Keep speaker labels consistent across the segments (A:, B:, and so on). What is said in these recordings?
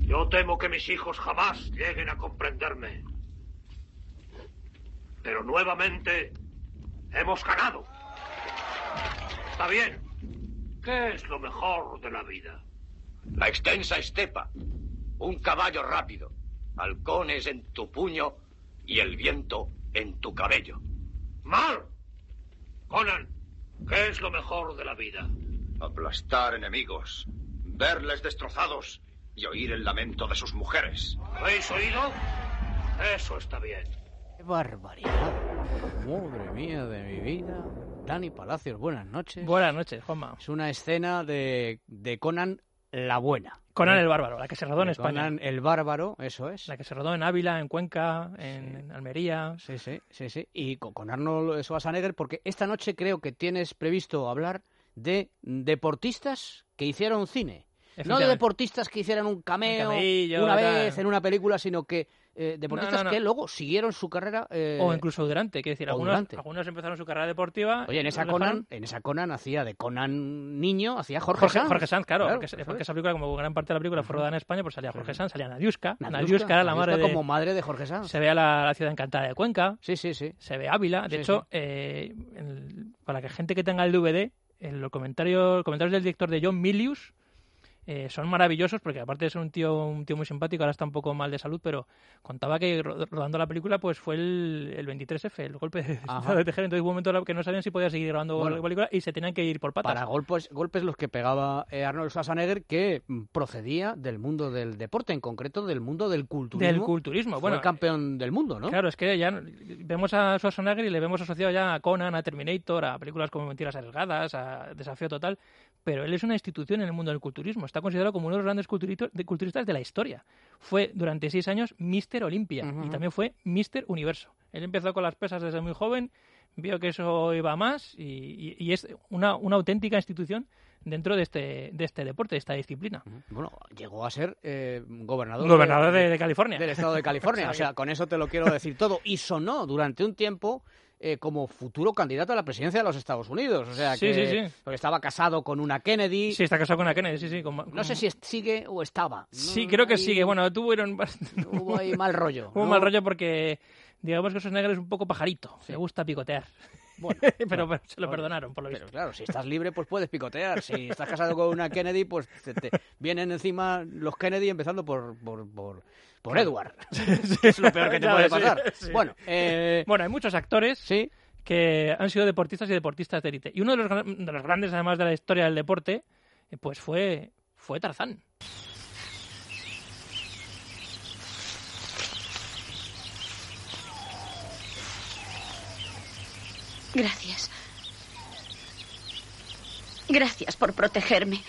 A: Yo temo que mis hijos jamás lleguen a comprenderme. Pero nuevamente hemos ganado. Está bien. ¿Qué es lo mejor de la vida?
B: La extensa estepa, un caballo rápido, halcones en tu puño y el viento en tu cabello.
A: Mal. Conan, ¿qué es lo mejor de la vida?
B: Aplastar enemigos, verles destrozados y oír el lamento de sus mujeres.
A: ¿Habéis oído? Eso está bien.
C: ¡Qué barbaridad! Madre mía de mi vida. Dani Palacios, buenas noches.
D: Buenas noches, Juanma.
C: Es una escena de, de Conan la buena. ¿Eh?
D: Conan el Bárbaro, la que se rodó en
C: De
D: España.
C: Conan el bárbaro, eso es.
D: La que se rodó en Ávila, en Cuenca, en, en Almería.
C: Sí, sí, sí, sí. Y co- con Arnold Schwarzenegger, porque esta noche creo que tienes previsto hablar de deportistas que hicieron cine. No de
D: Efectivamente.
C: deportistas que hicieran un cameo
D: Un cameillo,
C: una
D: tal.
C: vez en una película, sino que eh, deportistas
D: no, no.
C: que luego siguieron su carrera. eh,
D: o incluso durante, quiero decir,
C: o
D: algunos,
C: durante.
D: algunos empezaron su carrera deportiva.
C: Oye, en esa,
D: lo dejaron-
C: Conan, en esa Conan hacía de Conan niño, hacía Jorge,
D: Jorge,
C: Sanz.
D: Jorge Sanz, claro, porque,
C: eso es.
D: porque esa película, como gran parte de la película fue rodada en España, pues salía Jorge Sanz, salía Nadiuska.
C: Nadiuska,
D: Nadiuska era la madre
C: Nadiuska
D: de...
C: como madre de Jorge Sanz.
D: Se ve a la, la ciudad encantada de Cuenca,
C: Sí, sí, sí.
D: se ve Ávila.
C: Sí,
D: De hecho,
C: sí.
D: eh, el- para que gente que tenga el DVD, en los comentarios, los comentarios del director de John Milius eh, son maravillosos porque aparte de ser un tío, un tío muy simpático, ahora está un poco mal de salud, pero contaba que ro- rodando la película pues fue el, el 23F, el golpe de,
C: Ajá.
D: de Tejera. Entonces hubo un momento en el que no sabían si podía seguir grabando
C: Bueno.
D: la película y se tenían que ir por patas.
C: Para golpes, golpes los que pegaba eh, Arnold Schwarzenegger, que mm, procedía del mundo del deporte, en concreto del mundo del culturismo.
D: Del culturismo.
C: Fue
D: Bueno,
C: campeón del mundo, ¿no?
D: Claro, es que ya no- vemos a Schwarzenegger y le vemos asociado ya a Conan, a Terminator, a películas como Mentiras Arriesgadas, a Desafío Total, pero él es una institución en el mundo del culturismo. Está considerado como uno de los grandes culturito- de culturistas de la historia. Fue durante seis años Mister Olimpia
C: Ujú.
D: y también fue Mister Universo. Él empezó con las pesas desde muy joven, vio que eso iba a más y, y- y es una, una auténtica institución dentro de este, de este deporte, de esta disciplina.
C: Bueno, llegó a ser eh, gobernador,
D: Gobernador
C: de-
D: de, de California.
C: del estado de California. o sea, con eso te lo quiero decir todo. Y sonó durante un tiempo eh, como futuro candidato a la presidencia de los Estados Unidos. O sea,
D: Sí,
C: que
D: sí, sí.
C: porque estaba casado con una Kennedy.
D: Sí, está casado con una Kennedy, sí, sí. con-
C: No sé
D: con-
C: si est- sigue o estaba.
D: Sí,
C: No,
D: creo que
C: ahí
D: sigue. Bueno, tuvieron bast-
C: Hubo ahí mal rollo.
D: hubo
C: ¿no?
D: mal rollo porque digamos que Schwarzenegger es un poco pajarito, le gusta picotear.
C: Bueno,
D: pero, pero se lo perdonaron, por lo
C: Pero
D: visto.
C: claro, si estás libre, pues puedes picotear. Si estás casado con una Kennedy, pues te, te vienen encima los Kennedy, empezando por, por, por, por Edward. que es lo peor que te
D: Ya
C: puede
D: ves, sí,
C: pasar.
D: sí.
C: Bueno, eh,
D: Bueno, hay muchos actores
C: sí,
D: que han sido deportistas y deportistas de élite. Y uno de los, gran- de los grandes, además, de la historia del deporte, eh, pues fue, fue Tarzán.
E: Gracias. Gracias por protegerme.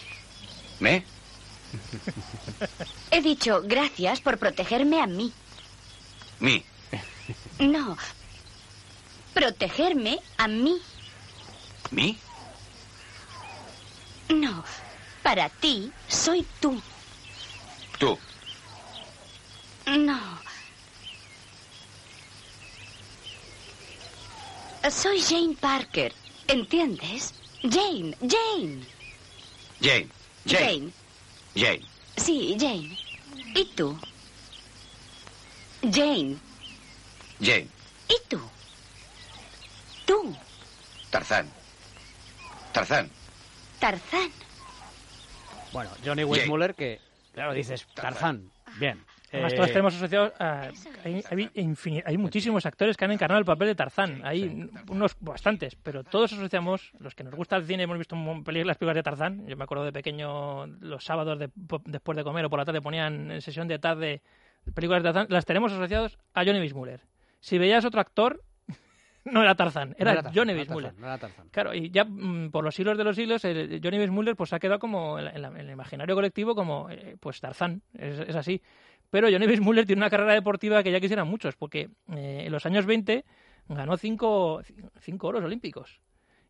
B: ¿Me?
E: He dicho gracias por protegerme a mí.
B: ¿Mi?
E: No. Protegerme a mí.
B: ¿Mi?
E: No. Para ti soy tú.
B: Tú.
E: No. Soy Jane Parker. ¿Entiendes? Jane, Jane.
B: Jane. Jane.
E: Jane.
B: Jane.
E: Sí, Jane. ¿Y tú? Jane.
B: Jane.
E: ¿Y tú? Tú,
B: Tarzán. Tarzán.
E: Tarzán.
C: bueno, Johnny
B: Jake.
C: Weissmuller, que claro, dices Tarzán. Bien.
D: Además,
C: Eh,
D: todos tenemos asociados a- hay, hay infini- hay muchísimos actores que han encarnado el papel de Tarzán. Hay unos bastantes, pero todos asociamos, los que nos gusta el cine, hemos visto un películas, las películas de Tarzán. Yo me acuerdo de pequeño, los sábados de- después de comer o por la tarde ponían en sesión de tarde películas de Tarzán. Las tenemos asociados a Johnny Bismuller. Si veías otro actor, no era Tarzán,
C: no
D: era,
C: Tarzán,
D: Johnny
C: no era
D: Bismuller.
C: Tarzán, No era Tarzán.
D: Claro, y ya mm, por los siglos de los siglos, el- Johnny Weissmuller pues ha quedado como en, la- en la- en el imaginario colectivo como eh, pues Tarzán, es, es así. Pero Johnny Weissmuller tiene una carrera deportiva que ya quisieran muchos, porque eh, en los años 20 ganó cinco, cinco oros olímpicos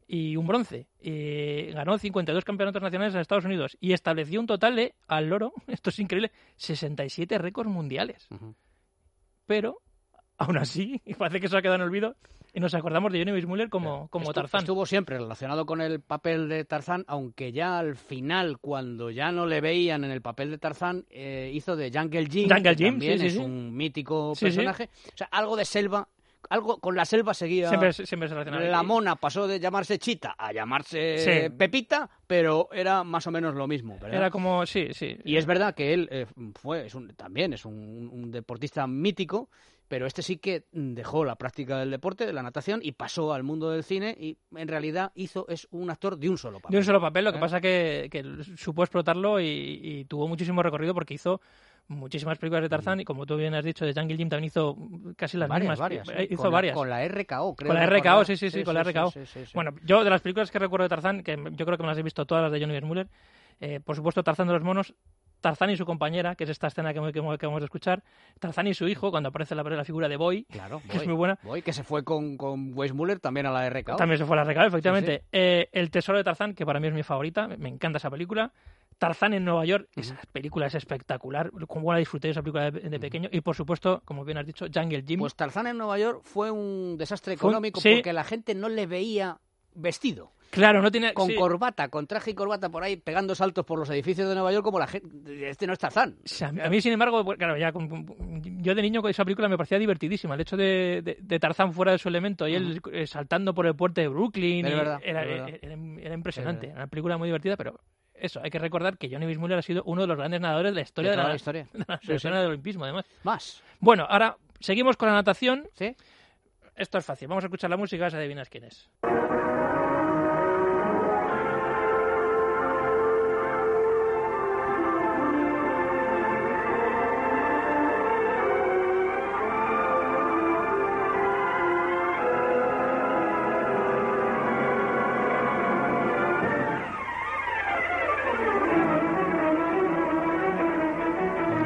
D: y un bronce. Eh, ganó 52 campeonatos nacionales en Estados Unidos y estableció un total de, al loro, esto es increíble, 67 récords mundiales.
C: Ujú.
D: Pero aún así, y parece que eso ha quedado en olvido, y nos acordamos de Johnny Weissmuller como, como
C: Estu-
D: Tarzán.
C: Estuvo siempre relacionado con el papel de Tarzán, aunque ya al final, cuando ya no le veían en el papel de Tarzán, eh, hizo de Jungle Jim, que
D: Jungle Jim,
C: también
D: sí, sí,
C: es
D: sí.
C: un mítico
D: Sí, sí.
C: personaje. O sea, algo de selva, algo con la selva seguía...
D: Siempre, siempre se relacionaba.
C: La
D: Y-
C: mona pasó de llamarse Chita a llamarse
D: Sí.
C: Pepita, pero era más o menos lo mismo, ¿verdad?
D: Era como, sí, sí.
C: Y es verdad que él eh, fue, es un- también es un, un deportista mítico, pero este sí que dejó la práctica del deporte, de la natación, y pasó al mundo del cine y en realidad hizo, es un actor de un solo papel.
D: De un solo papel, lo que
C: ¿Eh?
D: pasa que, que supo explotarlo y, y tuvo muchísimo recorrido porque hizo muchísimas películas de Tarzán y como tú bien has dicho, de Jungle Jim también hizo casi las
C: Mm. varias,
D: mismas.
C: varias.
D: eh, Hizo
C: con la-
D: varias.
C: con la RKO, creo.
D: Con la
C: recordar.
D: RKO, sí, sí, sí, con la RKO.
C: sí, sí, sí.
D: Bueno, yo de las películas que recuerdo de Tarzán, que yo creo que me las he visto todas las de Johnny Muller, por supuesto Tarzán de los monos, Tarzán y su compañera, que es esta escena que, que- que vamos a escuchar, Tarzán y su hijo, cuando aparece la, la figura de Boy,
C: claro,
D: que es
C: Boy,
D: muy buena.
C: Boy, que se fue con, con Wes Muller también a la RKO.
D: También se fue a la recada, efectivamente. Eh, el Tesoro de Tarzán, que para mí es mi favorita, me encanta esa película. Tarzán en Nueva York, esa película es espectacular, como la disfruté esa película de, de pequeño. Y por supuesto, como bien has dicho, Jungle Jim.
C: Pues Tarzán en Nueva York fue un desastre
D: Fue un-
C: económico
D: sí.
C: porque la gente no le veía vestido.
D: claro, no tiene...
C: con
D: sí.
C: corbata, con traje y corbata por ahí, pegando saltos por los edificios de Nueva York como la gente... Este no es Tarzán.
D: O sea, a mí, sin embargo, pues, claro, ya con- con- yo de niño con esa película me parecía divertidísima. El hecho de, de- de Tarzán fuera de su elemento y él eh, saltando por el puente de Brooklyn
C: Es
D: y
C: verdad,
D: era,
C: es verdad.
D: era- era impresionante.
C: Es
D: Era una película muy divertida, pero eso, hay que recordar que Johnny Weissmuller ha sido uno de los grandes nadadores de la historia
C: De
D: de,
C: toda
D: la,
C: la historia.
D: de la
C: Sí,
D: selección
C: sí.
D: del olimpismo, además.
C: Más,
D: Bueno, ahora seguimos con la natación.
C: ¿sí?
D: Esto es fácil. Vamos a escuchar la música y vas a adivinar quién es.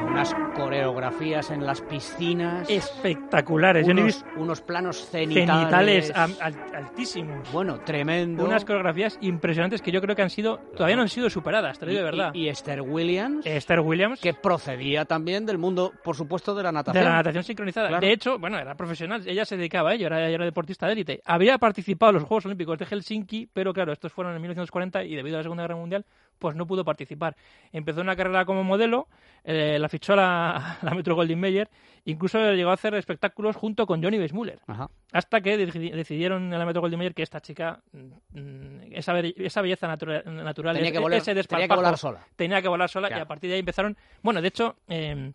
C: Unas coreografías en las piscinas.
D: Espectaculares. Johnny
C: unos, unos planos cenitales.
D: genitales am- al- altísimos.
C: Bueno, tremendo.
D: Unas coreografías impresionantes que yo creo que han sido, todavía no han sido superadas, te lo digo de
C: Y-
D: verdad.
C: Y, y Esther Williams,
D: Esther Williams,
C: que procedía también del mundo, por supuesto, de la
D: de
C: natación.
D: la natación sincronizada.
C: Claro.
D: De hecho, bueno, era profesional, ella se dedicaba a ello, era, era deportista de élite. Había participado en los Juegos Olímpicos de Helsinki, pero claro, estos fueron en 1940 y debido a la Segunda Guerra Mundial, pues no pudo participar. Empezó una carrera como modelo, eh, la fichó la, la Metro Goldwyn Mayer, incluso llegó a hacer espectáculos junto con Johnny Weissmuller.
C: Ajá.
D: Hasta que deci- decidieron en la Metro Goldwyn Mayer que esta chica, mm, esa, be- esa belleza natura- natural,
C: Tenía
D: e-
C: que volar-
D: ese
C: tenía que
D: desparpajo,
C: volar sola.
D: Tenía que volar sola
C: Claro.
D: y a partir de ahí empezaron. Bueno, de hecho, eh,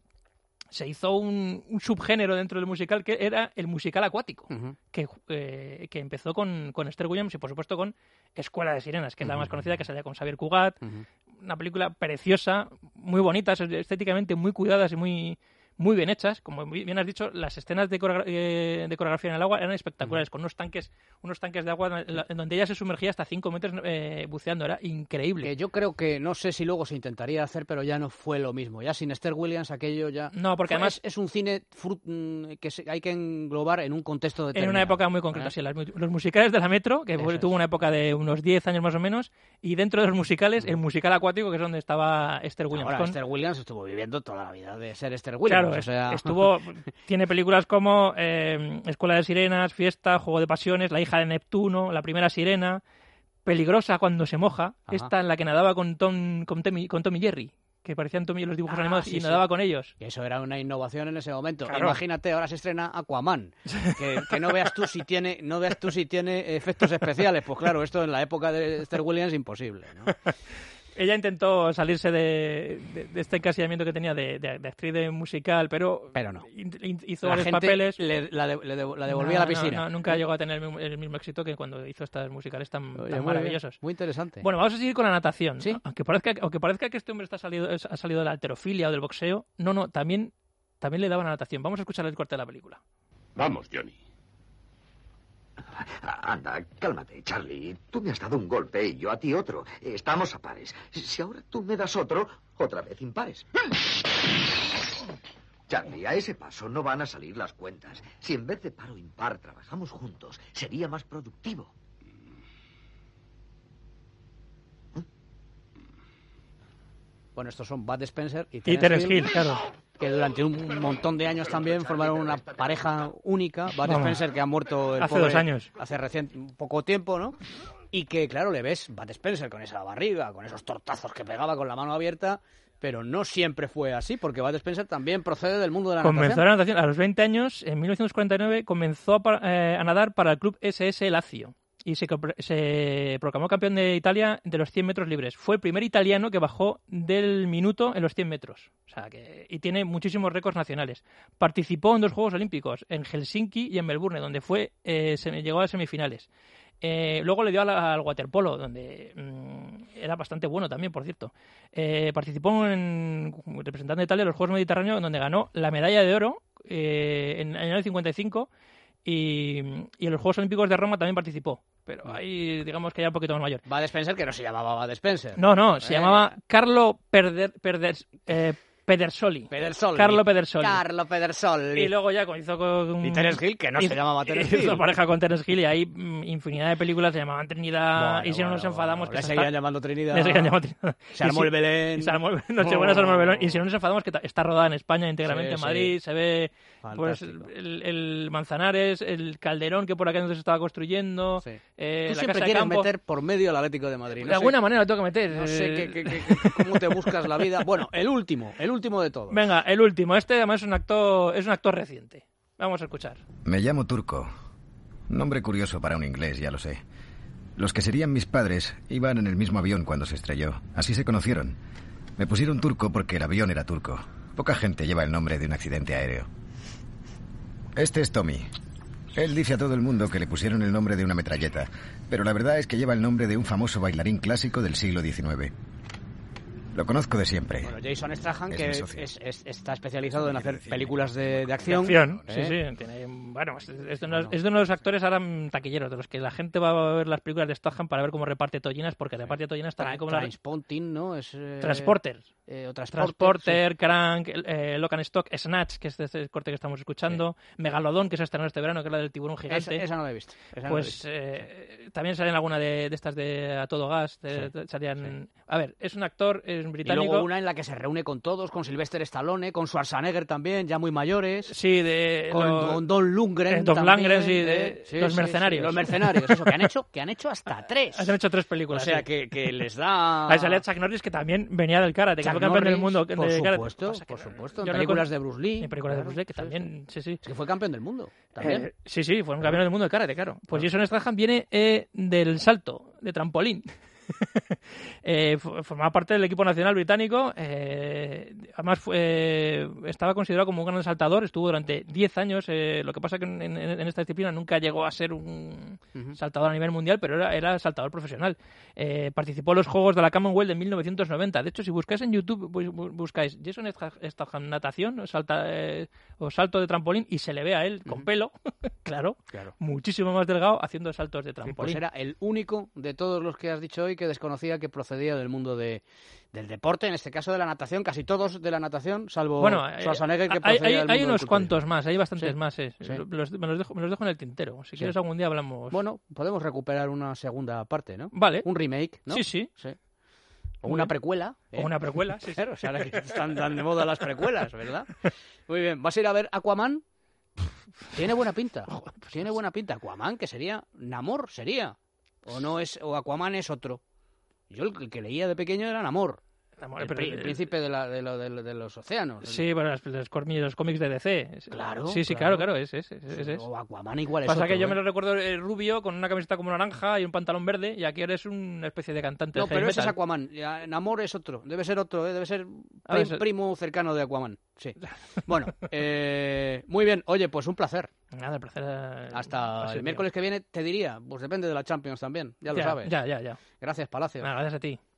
D: se hizo un, un subgénero dentro del musical que era el musical acuático,
C: Ujú.
D: que, eh, que empezó con, con Esther Williams y por supuesto con Escuela de Sirenas, que es la más conocida, que salía con Xavier Cugat.
C: Ujú.
D: Una película preciosa, muy bonita, estéticamente muy cuidadas y muy, muy bien hechas. Como muy bien has dicho, las escenas de, coreogra- eh, de coreografía en el agua eran espectaculares, con unos tanques, unos tanques de agua en la- en donde ella se sumergía hasta 5 metros eh, buceando. Era increíble.
C: Que Eh, yo creo que, no sé si luego se intentaría hacer, pero ya no fue lo mismo. Ya sin Esther Williams aquello ya...
D: No, porque
C: Fue-
D: además-
C: Es, es un cine fru- mm, que se- hay que englobar en un contexto
D: En
C: determinado.
D: una época muy concreta,
C: ¿eh?
D: sí, las mu- los musicales de la Metro, que
C: Eso
D: fue-
C: es.
D: tuvo una época de unos 10 años más o menos, y dentro de los musicales, el musical acuático, que es donde estaba Esther Williams.
C: Ahora,
D: con-
C: Esther Williams estuvo viviendo toda la vida de ser Esther Williams.
D: Claro,
C: o
D: es-
C: sea,
D: estuvo, tiene películas como eh, Escuela de Sirenas, Fiesta, Juego de Pasiones, La hija de Neptuno, La primera sirena, Peligrosa cuando se moja,
C: Ajá.
D: esta en la que nadaba con Tom, con Tommy, con Tom y Jerry, que parecían Tommy los dibujos
C: Ah,
D: animados
C: sí,
D: y
C: sí.
D: nadaba con ellos.
C: que Eso era una innovación en ese momento.
D: Claro.
C: Imagínate, ahora se estrena Aquaman. Que, que no veas tú si tiene, no veas tú si tiene efectos especiales. Pues claro, esto en la época de Esther Williams imposible, ¿no?
D: Ella intentó salirse de, de- de este encasillamiento que tenía de, de- de actriz de musical, pero,
C: Pero no.
D: in- in- hizo
C: La
D: varios
C: gente
D: papeles.
C: le, la, de- le de- la devolvía
D: No,
C: a la
D: no,
C: piscina.
D: no, nunca llegó a tener el mismo, el mismo éxito que cuando hizo estas musicales tan,
C: Oye,
D: tan
C: muy
D: maravillosos.
C: bien, Muy interesante.
D: Bueno, vamos a seguir con la natación.
C: Sí.
D: Aunque, parezca, aunque parezca que este hombre está salido, es- ha salido de la alterofilia o del boxeo, no, no, también, también le daban a natación. Vamos a escuchar el corte de la película.
F: Vamos, Johnny.
G: Anda, cálmate, Charlie. Tú me has dado un golpe y yo a ti otro. Estamos a pares. Si ahora tú me das otro, otra vez impares. Charlie, a ese paso no van a salir las cuentas. Si en vez de paro impar trabajamos juntos, sería más productivo.
C: Bueno, estos son Bud Spencer y
D: Y
C: Terence
D: Terence
C: Hill.
D: Hill, claro.
C: que durante un montón de años también formaron una pareja única, Bud
D: Vamos.
C: Spencer, que ha muerto el
D: Hace
C: pobre
D: dos años.
C: hace recién poco tiempo, ¿no? Y que, claro, le ves Bud Spencer con esa barriga, con esos tortazos que pegaba con la mano abierta, pero no siempre fue así, porque Bud Spencer también procede del mundo de la
D: Comenzó
C: natación.
D: la natación a los 20 años, en 1949 comenzó a, pa- eh, a nadar para el club SS Lazio y se, compro- se proclamó campeón de Italia de los 100 metros libres. Fue el primer italiano que bajó del minuto en los 100 metros. O sea, que, y tiene muchísimos récords nacionales. Participó en dos Juegos Olímpicos, en Helsinki y en Melbourne, donde fue eh, se llegó a las semifinales. Eh, luego le dio al, al waterpolo, donde mm, era bastante bueno también, por cierto. Eh, participó en como representante de Italia en los Juegos Mediterráneos, donde ganó la medalla de oro eh, en, en el año 55 y, y en los Juegos Olímpicos de Roma también participó. Pero
C: Mm.
D: ahí, digamos que era un poquito más mayor.
C: Bud Spencer, que no se llamaba Bud Spencer.
D: No, no, se
C: Eh.
D: llamaba Carlo Perder, Perder- eh, Pedersoli.
C: Pedersoli.
D: Carlo Pedersoli.
C: Carlo Pedersoli.
D: y luego ya co- hizo con...
C: Y Terence Hill, que no se llamaba Terence
D: Hizo
C: Hill.
D: pareja con Terence Hill y hay mm, infinidad de películas, se llamaban Trinidad,
C: Bueno,
D: ah, y si no
C: bueno,
D: nos enfadamos...
C: bueno, le
D: se
C: seguían
D: está-
C: llamando Trinidad.
D: le seguían llamando Trinidad.
C: Se
D: Y
C: armó
D: si-
C: el Belén.
D: y se armó el- Nochebuena, se armó el Belén. Y si no nos enfadamos, que ta- está rodada en España íntegramente
C: Sí,
D: en
C: sí.
D: Madrid, se ve pues,
C: Fantástico.
D: el, el Manzanares, el Calderón que por acá entonces estaba construyendo,
C: Sí.
D: eh,
C: Tú
D: la
C: siempre
D: Casa de
C: quieres
D: Campo.
C: meter por medio al Atlético de Madrid.
D: de
C: No sé-
D: alguna manera lo tengo que meter.
C: No sé
D: eh,
C: qué- qué- qué- qué- cómo te buscas la vida. Bueno, el último, el último de todos.
D: Venga, el último. Este además es un actor, es un actor reciente. Vamos a escuchar.
F: Me llamo Turco. Nombre curioso para un inglés, ya lo sé. Los que serían mis padres iban en el mismo avión cuando se estrelló. Así se conocieron. Me pusieron turco porque el avión era turco. Poca gente lleva el nombre de un accidente aéreo. Este es Tommy. Él dice a todo el mundo que le pusieron el nombre de una metralleta, pero la verdad es que lleva el nombre de un famoso bailarín clásico del siglo XIX. Lo conozco de siempre.
C: Bueno, Jason Strahan,
F: Es
C: que
F: mi socio.
C: es- es- está especializado en hacer
F: decir,
C: películas de, de acción.
D: Acción, sí,
C: ¿eh?
D: sí. tiene- bueno, es, es de unos- es de uno de los actores ahora mm, taquilleros, de los que la gente va a ver las películas de Statham para ver cómo reparte tollinas, porque reparte tollinas
C: Tra-
D: también como las...
C: Trainspotting, ¿no? Es, eh,
D: Transporter.
C: eh, o Transporter.
D: Transporter, Crank, eh, Lock and Stock, Snatch, que es este corte que estamos escuchando, Megalodón, que se ha estrenado este verano, que es la del tiburón
C: sí.
D: gigante.
C: Esa, esa no la he visto. esa no la he
D: Pues
C: visto.
D: eh, también salen alguna de, de estas de A Todo Gas. de- de- salían... A ver, es un actor es un
C: y
D: británico.
C: luego una en la que se reúne con todos, con Sylvester Stallone, con Schwarzenegger también, ya muy mayores.
D: Sí, de.
C: Con
D: lo-
C: Don- Don Lundgren.
D: eh, Don
C: también,
D: Lundgren, sí, de- Los Mercenarios.
C: los mercenarios, eso, que han hecho, que han hecho hasta tres.
D: Han hecho tres
C: O
D: películas.
C: sea,
D: sí.
C: que, que les da.
D: Ahí salía Chuck Norris, que también venía del karate, que
C: Chuck
D: fue campeón del
C: Norris,
D: mundo.
C: por
D: de karate.
C: supuesto,
D: Pasa que
C: por
D: no-
C: supuesto, en
D: yo no
C: películas
D: con-
C: de Bruce Lee,
D: En películas de
C: claro,
D: Bruce Lee, que
C: sí, sí.
D: también. Sí, sí.
C: Es que fue campeón del mundo. También.
D: Eh, sí, sí, fue un campeón del mundo de karate, claro. Pues Jason Statham viene eh, del salto, de trampolín. Eh, fo- formaba parte del equipo nacional británico. eh, además, fue, eh, estaba considerado como un gran saltador. Estuvo durante 10 años. eh, lo que pasa que en, en- en esta disciplina nunca llegó a ser un saltador a nivel mundial, pero era, era saltador profesional. Eh, participó en los Juegos de la Commonwealth de 1990. De hecho, si buscáis en YouTube, bu- bu- buscáis Jason Sta- Statham natación o, salta- eh, o salto de trampolín y se le ve a él con pelo, claro,
C: Claro.
D: muchísimo más delgado haciendo saltos de trampolín.
C: Pues era el único de todos los que has dicho hoy que desconocía que procedía del mundo de, del deporte, en este caso de la natación, casi todos de la natación, salvo
D: Bueno, eh,
C: Schwarzenegger que
D: hay,
C: procedía del
D: hay- hay
C: mundo del
D: unos
C: culturismo.
D: cuantos más, hay bastantes
C: Sí,
D: más. eh.
C: sí.
D: Los- me, los dejo, me los dejo en el tintero. Si quieres, algún día hablamos.
C: Bueno, podemos recuperar una segunda parte, ¿no?
D: vale.
C: Un remake, ¿no?
D: Eh, Sí, sí.
C: O
D: Muy
C: una
D: bien.
C: precuela. ¿eh?
D: O una precuela. sí, sí.
C: Claro, o sea, ahora que están tan de moda las precuelas, ¿verdad? Muy bien, ¿vas a ir a ver Aquaman? Tiene buena pinta.
D: pues
C: Tiene buena pinta. Aquaman, que sería Namor, sería. O no es, o Aquaman es otro. Yo el que- el que leía de pequeño era Namor,
D: Amor,
C: el,
D: pero-
C: pri- el príncipe de, la- de lo- de lo- de los océanos.
D: Sí, bueno, las- los, cómics- los cómics de DC. Es-
C: Claro,
D: Sí, sí,
C: claro.
D: claro, claro, es, es, es, es, es.
C: O Aquaman igual es
D: Pasa
C: otro,
D: que yo me
C: ¿eh?
D: lo recuerdo eh, rubio, con una camiseta como naranja y un pantalón verde, y aquí eres una especie de cantante.
C: No,
D: de heavy
C: pero ese es
D: metal.
C: Aquaman. Ya, Namor es otro. Debe ser otro, ¿eh? debe ser
D: A ver,
C: prim-
D: eso-
C: primo cercano de Aquaman. Sí. Bueno, eh, muy bien. Oye, pues un placer.
D: Nada, el placer. eh, ha
C: Hasta
D: sido
C: el
D: mío.
C: miércoles que viene te diría, pues depende de la Champions también, ya lo
D: Ya,
C: sabes.
D: Ya, ya, ya.
C: Gracias, Palacio.
D: Nada, gracias a ti.